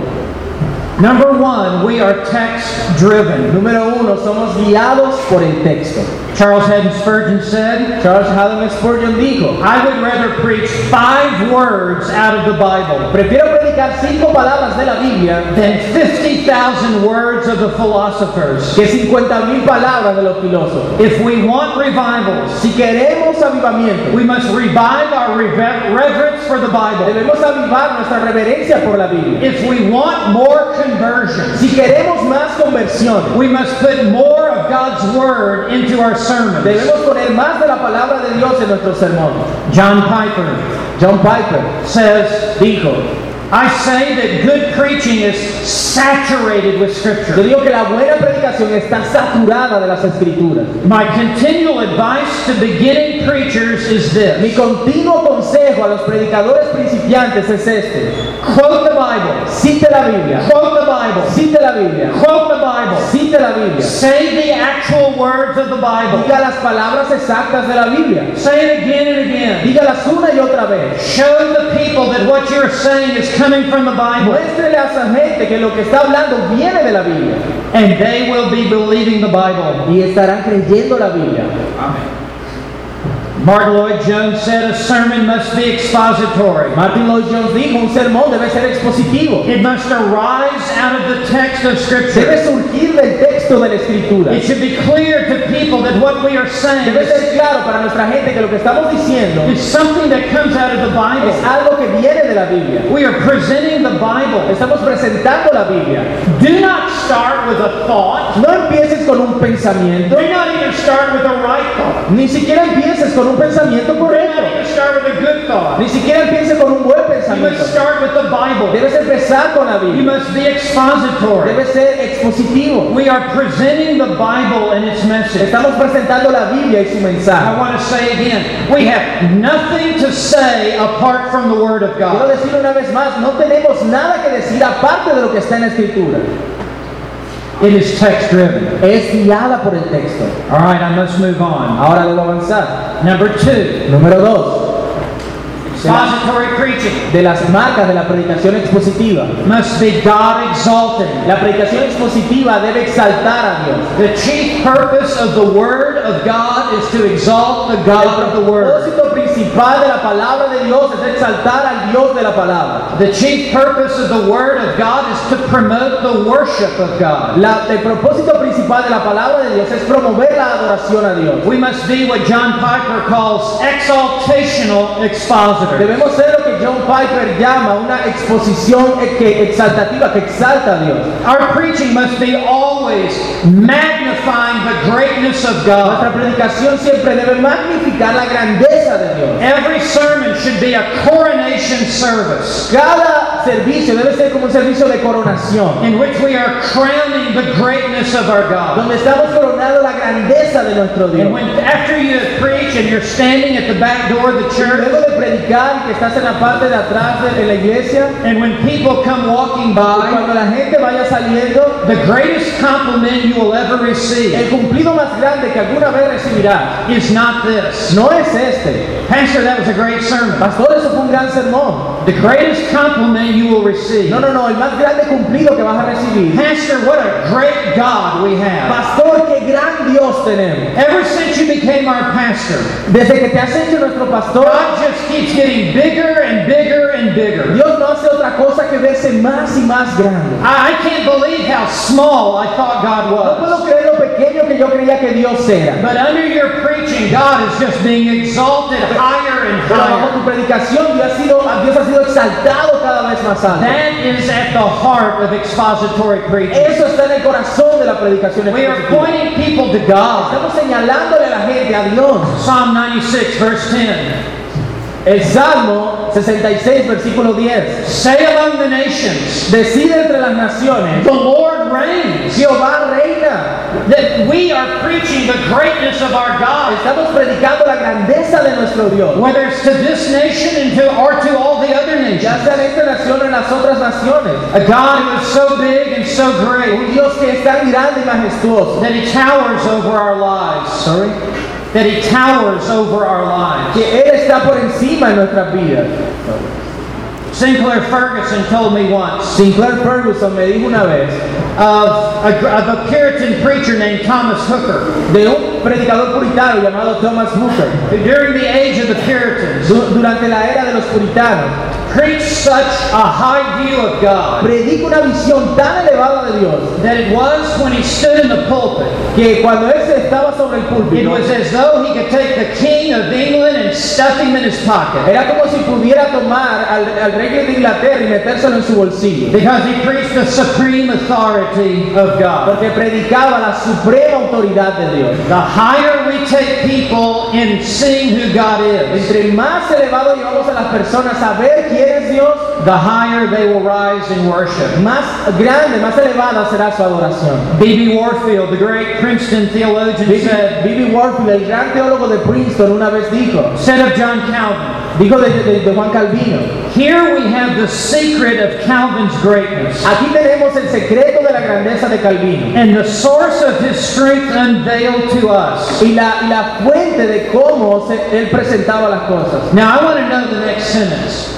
Number one, we are text driven.
Número uno, somos guiados por el texto.
Charles Haddon Spurgeon said,
Charles Haddon Spurgeon dijo,
I would rather preach five words out of the Bible
prefiero predicar cinco palabras de la Biblia
than 50,000 words of the philosophers.
que 50 mil palabras de los filósofos.
If we want revivals,
Si queremos avivamiento,
we must revive our reve- reverence for the Bible.
debemos avivar nuestra reverencia por la Biblia.
If we want more conversions,
Si queremos más conversión,
we must put more of God's Word into our sermons.
debemos poner más de la palabra de Dios en nuestros sermones.
John Piper
John Piper
says,
dijo,
I say that good preaching is saturated with Scripture.
yo digo que la buena predicación está saturada de las escrituras.
My continual advice to beginning preachers is
Mi
this
continuo consejo a los predicadores principiantes es este.
quote the Bible,
Cite la Biblia,
quote the Bible,
cite la Biblia,
quote the Bible,
cite la Biblia.
say the actual words of the Bible,
Diga las palabras exactas de la Biblia.
say it again and again.
Dígalas una y otra vez.
Show the people that what you're saying is coming from the Bible,
Muéstrele a esa gente que lo que está hablando viene de la Biblia
and they will be believing the Bible.
y estarán creyendo la Biblia.
Martin Lloyd Jones said a sermon must be expository.
Martin Lloyd Jones dijo, un sermón debe ser expositivo,
It must arise out of the text of Scripture.
debe surgir del texto de la escritura.
It should be clear to people that what we are saying
Debe
is
ser claro para nuestra gente que lo que estamos diciendo
It's something that comes out of the
es
Bible.
algo que viene de la Biblia.
We are presenting the Bible.
Estamos presentando la Biblia.
Do not start with a thought.
No empieces con un pensamiento,
Do not even start with a right thought.
ni siquiera empieces con
Do not
un pensamiento correcto,
even start with a good thought.
ni siquiera empieces con un buen
You
pensamiento.
must start with the Bible.
Debes empezar con la
You
Biblia,
must be expository.
debes ser expositivo.
We are presenting the Bible and its message.
Estamos presentando la Biblia y su
I
mensaje.
want to say again, we have nothing to say apart from the Word of
Quiero
God.
decir una vez más, no tenemos nada que decir aparte de lo que está en la escritura.
It is text driven.
Es guiada por el texto.
All right, I must move on.
Ahora debo avanzar.
Number two,
Número 2.
expository preaching
de las marcas de la predicación expositiva.
must be God exalting.
La predicación expositiva debe exaltar a Dios.
The chief purpose of the Word of God is to exalt the God of the
El
Word.
propósito principal de la palabra de Dios es exaltar al Dios de la palabra.
The chief purpose of the Word of God is to promote the worship of God.
La- el propósito principal de la palabra de Dios es promover la adoración a Dios.
We must be what John Piper calls exaltational expositors.
Debemos ser lo que John Piper llama una exposición ex- que- exaltativa que exalta a Dios.
Our preaching must be always magnifying the greatness of
Nuestra
God.
predicación siempre debe magnificar la grandeza de Dios.
Every sermon should be a coronation service
Cada servicio debe ser como un servicio de coronación,
in which we are crowning the greatness of our God.
donde estamos coronando la grandeza de nuestro Dios.
And when after you have preached and you're standing at the back door of the
Y
church,
Luego de predicar y que estás en la parte de atrás de, de la iglesia,
and when people come walking
Y
by,
cuando la gente vaya saliendo,
the greatest compliment you will ever receive
el cumplido más grande que alguna vez recibirá
is not this.
no es este.
Pastor, that was a great sermon.
Pastor, eso fue un gran sermón.
The greatest compliment you will receive.
No, no, no, el más grande cumplido que vas a recibir.
Pastor, what a great God we have.
Pastor, qué gran Dios tenemos.
Ever since you became our pastor,
Desde que te has hecho nuestro pastor,
God just keeps getting bigger and bigger and bigger.
Dios no hace otra cosa que verse más y más grande.
I, I can't believe how small I thought God
No
was.
puedo creer lo pequeño que yo creía que Dios era.
But under your preaching, God is just being exalted higher and
Pero bajo
higher.
tu predicación, Dios ha sido, Dios ha sido exaltado cada vez más alto.
That is at the heart of expository preaching.
Eso está en el corazón de la predicación.
We are pointing people to God.
Estamos señalándole a la gente, a Dios.
Psalm 96, verse 10.
El Salmo 66, versículo 10.
Say among the nations,
Decide entre las naciones,
the Lord reigns.
Jehová reina.
That we are preaching the greatness of our God.
Estamos predicando la grandeza de nuestro Dios.
whether it's to this nation and to, or to all the other nations.
Ya sea en esta nación o en las otras naciones.
A God who is so big and so
Un
great
Dios que es tan grande y majestuoso.
that He towers over our lives.
Sorry.
That He towers over our lives.
Que Él está por encima de nuestras vidas.
Sinclair Ferguson told me once
Sinclair Ferguson me dijo una vez
of a, gr- of a Puritan preacher named Thomas Hooker,
de un predicador puritano llamado Thomas Hooker.
who during the age of the Puritans
Du- Durante la era de los puritanos,
preached such a high view of God
predica una visión tan elevada de Dios
that it was when he stood in the pulpit,
que cuando él se estaba sobre el
it
púlpito,
was as though he could take the King of England and stuff him in his pocket.
era como si pudiera tomar al, al rey de Inglaterra y metérselo en su bolsillo,
Because he preached the supreme authority of God.
porque predicaba la suprema autoridad de Dios.
The higher we take people in seeing who God is,
Entre más elevado llevamos a las personas a ver quién es Dios,
the higher they will rise in worship.
más grande, más elevada será su adoración.
B.B. Warfield, the great Princeton theologian, said,
Bibi Warfield, el gran teólogo de Princeton, una vez dijo,
said of John Calvin,
dijo de, de- de Juan Calvino,
Here we have the secret of Calvin's greatness
aquí tenemos el secreto de la grandeza de Calvino
and the source of his strength unveiled to us.
y la, y la fuente de cómo se- él presentaba las cosas.
Now, I want to know the next sentence.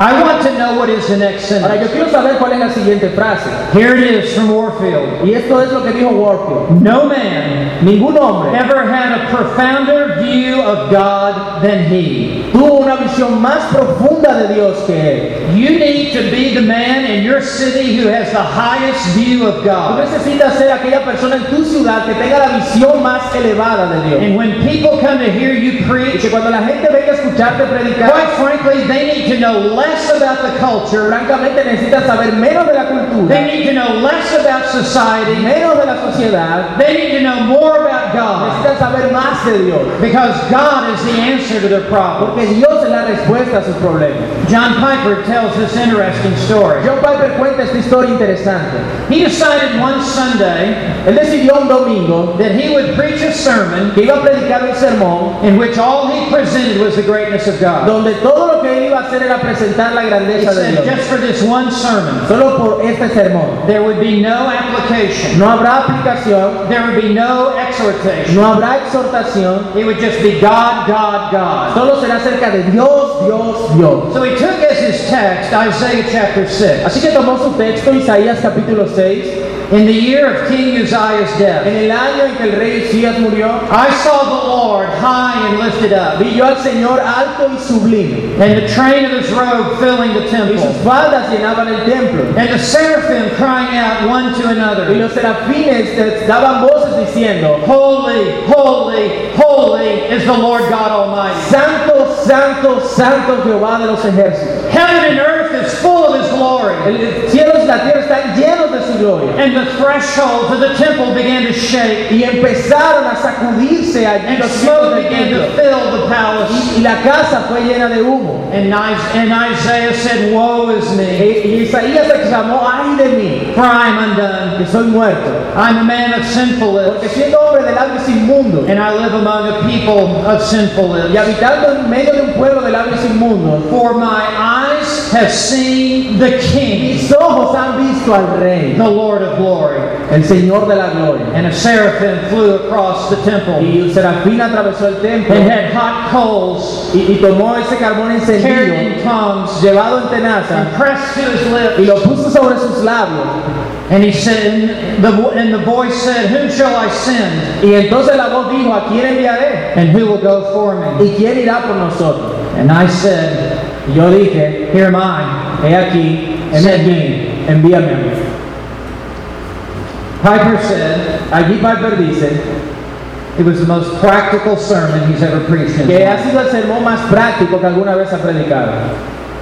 I want to know what is the next
Ahora yo
sentence.
quiero saber cuál es la siguiente frase.
Here it is from Warfield
Y esto es lo que dijo Warfield.
No man
Ningún hombre
ever had a profounder view of God than he.
tuvo una visión más profunda de Dios que él.
You need to be the man in your city who has the highest view of
Tú
God.
necesitas ser aquella persona en tu ciudad que tenga la visión más elevada de Dios.
And when people come to hear you
Y que
preach,
cuando la gente venga a escucharte predicar,
quite frankly, they need to know less about the culture.
francamente necesitas saber menos de la cultura,
They need to know less about society.
menos de la sociedad,
They need to know more about God.
necesitas saber más de Dios.
Because God is the answer to their problem.
Porque Dios es la respuesta a sus problemas.
John Piper tells this interesting story.
John Piper cuenta esta historia interesante.
He decided one Sunday
Él decidió un domingo
that he would preach a sermon
que iba a predicar un sermón
in which all he presented was the greatness of God.
donde todo lo que él iba a hacer era presentar la
He
grandeza de
said,
Dios.
just for this one sermon,
Solo por este sermón.
there would be no application,
No habrá aplicación,
there would be no exhortation.
No habrá exhortación,
It would just be God, God, God.
solo será acerca de Dios, Dios, Dios.
So he took as his text Isaiah chapter 6.
Así que tomó su texto Isaías capítulo 6,
In the year of King Uzziah's
en
death,
el año en que el rey Usías murió,
I saw the Lord high and lifted up,
vi yo al Señor alto y sublime,
and the train of his robe filling the
y sus
temple,
faldas llenaban el templo,
and the seraphim crying out one to
y
another,
los serafines eh, daban voces diciendo,
Holy, holy, holy is the Lord God Almighty.
Santo, santo, santo Jehová de los ejércitos.
Heaven and earth is full of his glory,
El el cielo y la tierra están llenos de su gloria.
and the thresholds of the temple began to shake,
Y empezaron a sacudirse allí
and
los cielos
smoke
del
began to
templo.
fill the palace.
Y, y la casa fue llena de humo.
And Is- and Isaiah said, Woe is me,
E- y Isaías exclamó, ay de mí,
for I am undone.
que soy muerto.
I'm a man of sinful
Porque
lips,
siendo hombre de labios inmundos
and I live among a people of sinful
y
lips.
habitando en medio de un pueblo de labios inmundos,
For my eyes have seen the King,
mis ojos han visto al rey,
the Lord of glory.
el Señor de la gloria.
And a seraphim flew across the temple
Y un serafín atravesó el templo
and had hot coals
y, y tomó ese carbón
carried
encendido
in tongues
llevado en tenaza
and pressed to his
y
lips.
lo puso sobre sus labios.
And he said, and the, vo- and the voice said, Whom shall I send?
Y entonces la voz dijo, ¿a quién enviaré?
And who will go for me?
¿Y quién irá por nosotros?
And I said,
Y yo dije,
Here am I.
he aquí, heme aquí, envíame a mí.
Piper said
Allí Piper dice
it was the most practical sermon he's ever preached in. his
que
life.
ha sido el sermón más práctico que alguna vez ha predicado.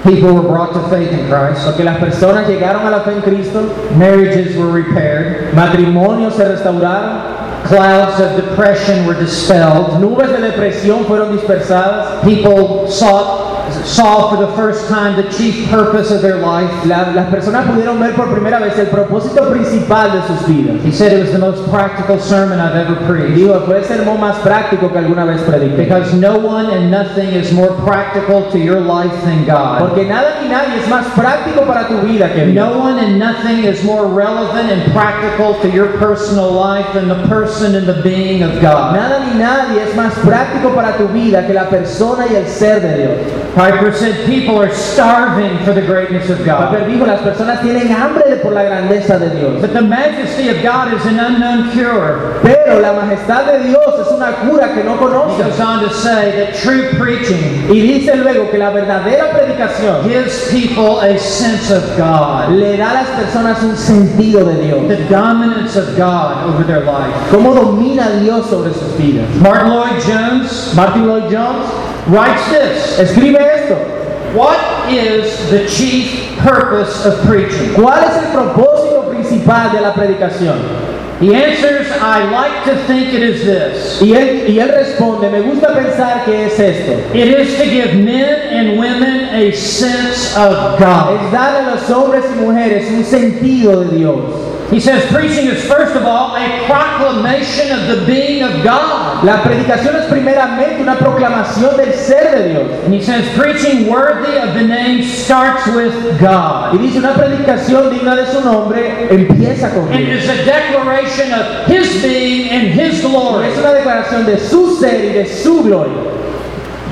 People were brought to faith in Christ.
Porque las personas llegaron a la fe en Cristo,
Marriages were repaired.
matrimonios se restauraron,
Clouds of depression were dispelled.
nubes de depresión fueron dispersadas,
People sought, saw for the first time the chief purpose of their life.
la- las personas pudieron ver por primera vez el propósito principal de sus vidas.
He said it was the most practical sermon I've ever preached
Digo, fue el sermón más práctico que alguna vez prediqué.
because no one and nothing is more practical to your life than God.
Porque nada ni nadie es más práctico para tu vida que Dios.
No one and nothing is more relevant and practical to your personal life than the person and the being of God.
Nada ni nadie es más práctico para tu vida que la persona y el ser de Dios.
Piper said people are starving for the greatness of God.
Piper dijo, las personas tienen hambre de- por la grandeza de Dios.
But the majesty of God is an unknown cure.
Pero la majestad de Dios es una cura que no
He
conoces.
goes on to say that true preaching
Y dice luego que la verdadera predicación
gives people a sense of God,
le da a las personas un sentido de Dios.
the dominance of God over their life.
Cómo domina Dios sobre sus vidas.
Martin Lloyd Jones
Martin Lloyd Jones
writes this
escribe esto.
What is the chief purpose of preaching?
¿Cuál es el propósito principal de la predicación?
He answers, I like to think it is this
Y él, y él responde, me gusta pensar que es esto.
it is to give men and women a sense of God.
Es dar a los hombres y mujeres un sentido de Dios.
He says, preaching is first of all a proclamation of the being of God.
La predicación es primeramente una proclamación del ser de Dios.
And he says, preaching worthy of the name starts with
Y
God.
dice, una predicación digna de su nombre empieza con
And
Dios.
is a declaration of his being and his glory.
Es una declaración de su ser y de su gloria.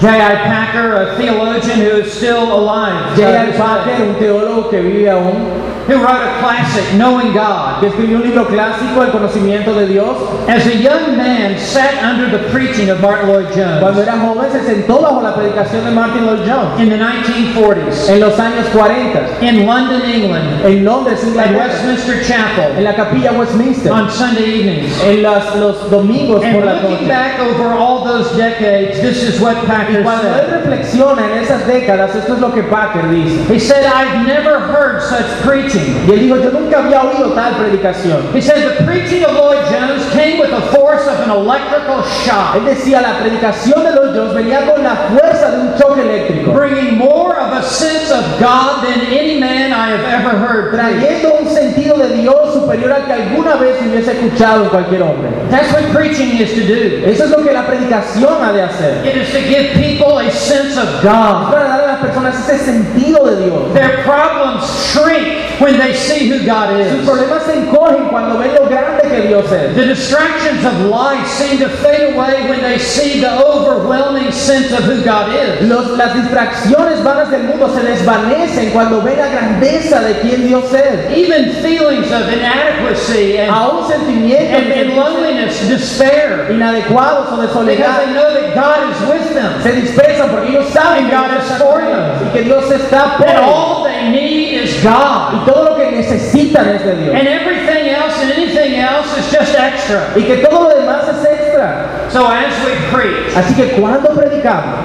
J.I. Packer, a theologian who is still alive,
J.R. Packer,
who
un teólogo que vive aún,
wrote a classic, Knowing God.
que escribió un libro clásico, El conocimiento de Dios,
As a young man sat under the preaching of Martin Lloyd
cuando
Jones
era joven se sentó bajo la predicación de Martin Lloyd Jones
in the 1940s
en los años 40,
in London, England,
en Londres,
at
Inglaterra,
Westminster Chapel
en la capilla Westminster.
on Sunday evenings.
en las- los domingos
And
por la
looking
noche.
back over all those decades, this is what Packer
Cuando
said.
él reflexiona en esas décadas, esto es lo que Packer dice.
He said, I've never heard such preaching.
Y él dijo, yo nunca había oído tal predicación.
He said, the preaching of Lloyd Jones came with the force of an electrical shock,
Él decía, la predicación de los Jones venía con la fuerza de un choque eléctrico,
bringing more of a sense of God than any man I have ever heard preach.
trayendo un sentido de Dios superior al que alguna vez hubiese escuchado en cualquier hombre.
That's what preaching is to do.
Eso es lo que la predicación ha de hacer.
It is to give people a sense of
Es
God.
para dar a las personas ese sentido de Dios.
Their problems shrink when they see who God
Sus
is.
problemas se encogen cuando ven lo grande que que Dios es.
The distractions of life seem to fade away when they see the overwhelming sense of who God is.
Los- las distracciones vanas del mundo se desvanecen cuando ven la grandeza de quien Dios es.
Even feelings of inadequacy and,
Aún sentimientos
and,
de
and loneliness, despair,
inadecuados o de soledad
because they know that God is with them.
se dispersan porque ellos saben
And
que
God
Dios
is
está
for them.
con ellos y que Dios está por
That
ellos.
all they need is God.
y todo lo que necesitan es de Dios
And everything else and anything else is just extra.
y que todo lo demás es extra.
So as we preach,
Así que cuando predicamos,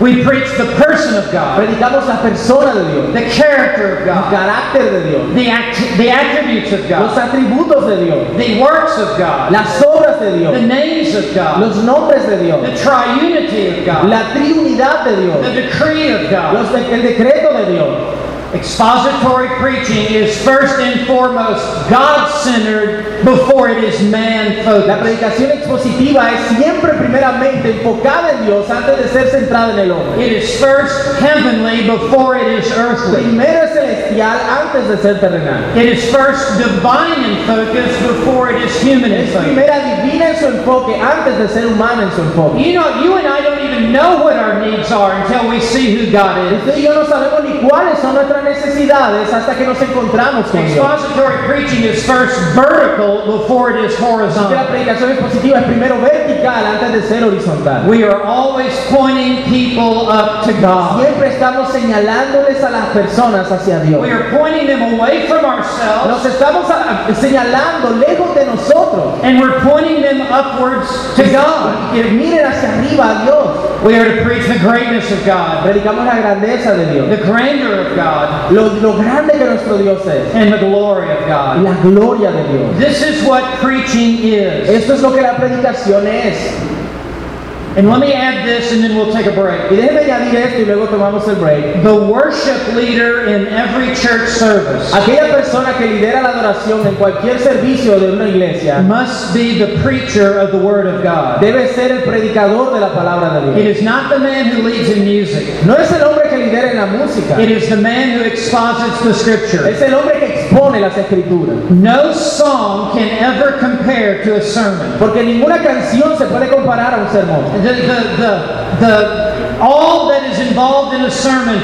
we preach the person of God,
predicamos la persona de Dios,
the character of
el
God,
carácter de Dios,
the, act- the attributes of
los
God,
atributos de Dios,
the works of God,
las obras de
the
Dios,
names of God,
los nombres de Dios,
the triunity of God,
la triunidad de Dios.
the decree of God.
Los de- el decreto de Dios.
Expository preaching is first and foremost God-centered before it is
La
man-focused.
predicación expositiva es siempre primeramente enfocada en Dios antes de ser centrada en el hombre.
It is first heavenly before it is earthly.
Primero es celestial antes de ser terrenal.
It is first divine in focus before it is human in
Es
focus.
primera divina en su enfoque antes de ser humana en su enfoque.
You know, you and I don't even know what our needs are until we see who God is.
Usted y yo no sabemos ni cuáles son nuestras necesidades hasta que nos encontramos con Dios.
Expository preaching is first vertical before it is
Que La
horizontal.
predicación expositiva es primero vertical antes de ser horizontal.
We are always pointing people up to God.
Siempre estamos señalándoles a las personas hacia Dios.
We are pointing them away from ourselves
Nos estamos a- señalando lejos de nosotros.
and we're pointing them upwards to God.
Que miren hacia arriba a Dios.
We are to preach the greatness of God,
Predicamos la grandeza de Dios.
the grandeur of God,
Lo, lo grande que nuestro Dios es.
and the glory of
Y
God.
la gloria de Dios.
This is what preaching is.
Esto es lo que la predicación es.
And let me add this and then we'll take a break.
Y déjeme añadir esto y luego tomamos el break.
The worship leader in every church service
Aquella persona que lidera la adoración en cualquier servicio de una iglesia
must be the preacher of the Word of God.
debe ser el predicador de la palabra de
It
Dios.
is not the man who leads in music.
No es el hombre que lidera en la música.
It is the man who exposits the Scripture.
Es el hombre que expone las escrituras.
No song can ever compare to a sermon.
Porque ninguna canción se puede comparar a un sermón.
The, the, the, the, all that is involved in a sermon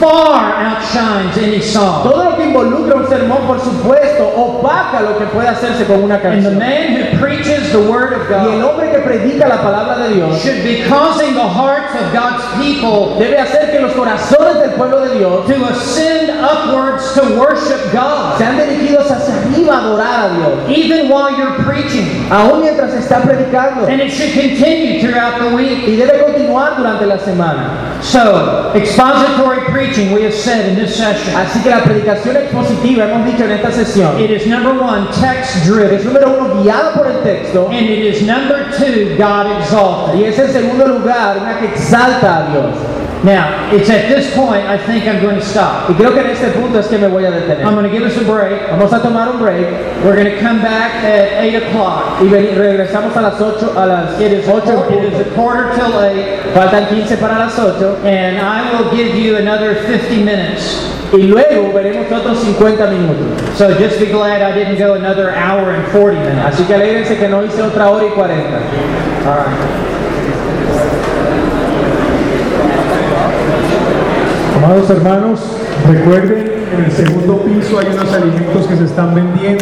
far outshines any song.
Todo lo que involucra un sermón, por supuesto, opaca lo que puede hacerse con una
And the
canción.
man who preaches the Word of
Y el
God
hombre que predica la palabra de Dios
should be causing the hearts of God's people
debe hacer que los corazones del pueblo de Dios
to ascend upwards to worship God,
sean dirigidos hacia arriba a adorar a Dios,
even while you're preaching.
aún mientras está predicando.
And it should continue throughout the week.
Y debe continuar durante la semana.
So, expository preaching, we have said in this session,
Así que la predicación expositiva, hemos dicho en esta sesión,
it is number one, text driven,
es número uno, guiada por el texto.
and it is number two, God exalted.
Y es en segundo lugar, una que exalta a Dios.
Now, it's at this point I think I'm going to stop.
Y creo que en este punto es que me voy a
I'm
detener.
going to give us a break.
Vamos a tomar un break.
We're going to come back at 8 o'clock.
Y veni- regresamos a las 8, a las
It is,
8 en
it is
punto.
a quarter till 8,
Faltan 15 para las 8
and I will give you another 50 minutes.
y luego veremos otros 50 minutos.
So just be glad I didn't go another hour and 40 minutes.
Así que alegrense que no hice otra hora y 40.
All right.
Amados hermanos, recuerden, en el segundo piso hay unos alimentos que se están vendiendo.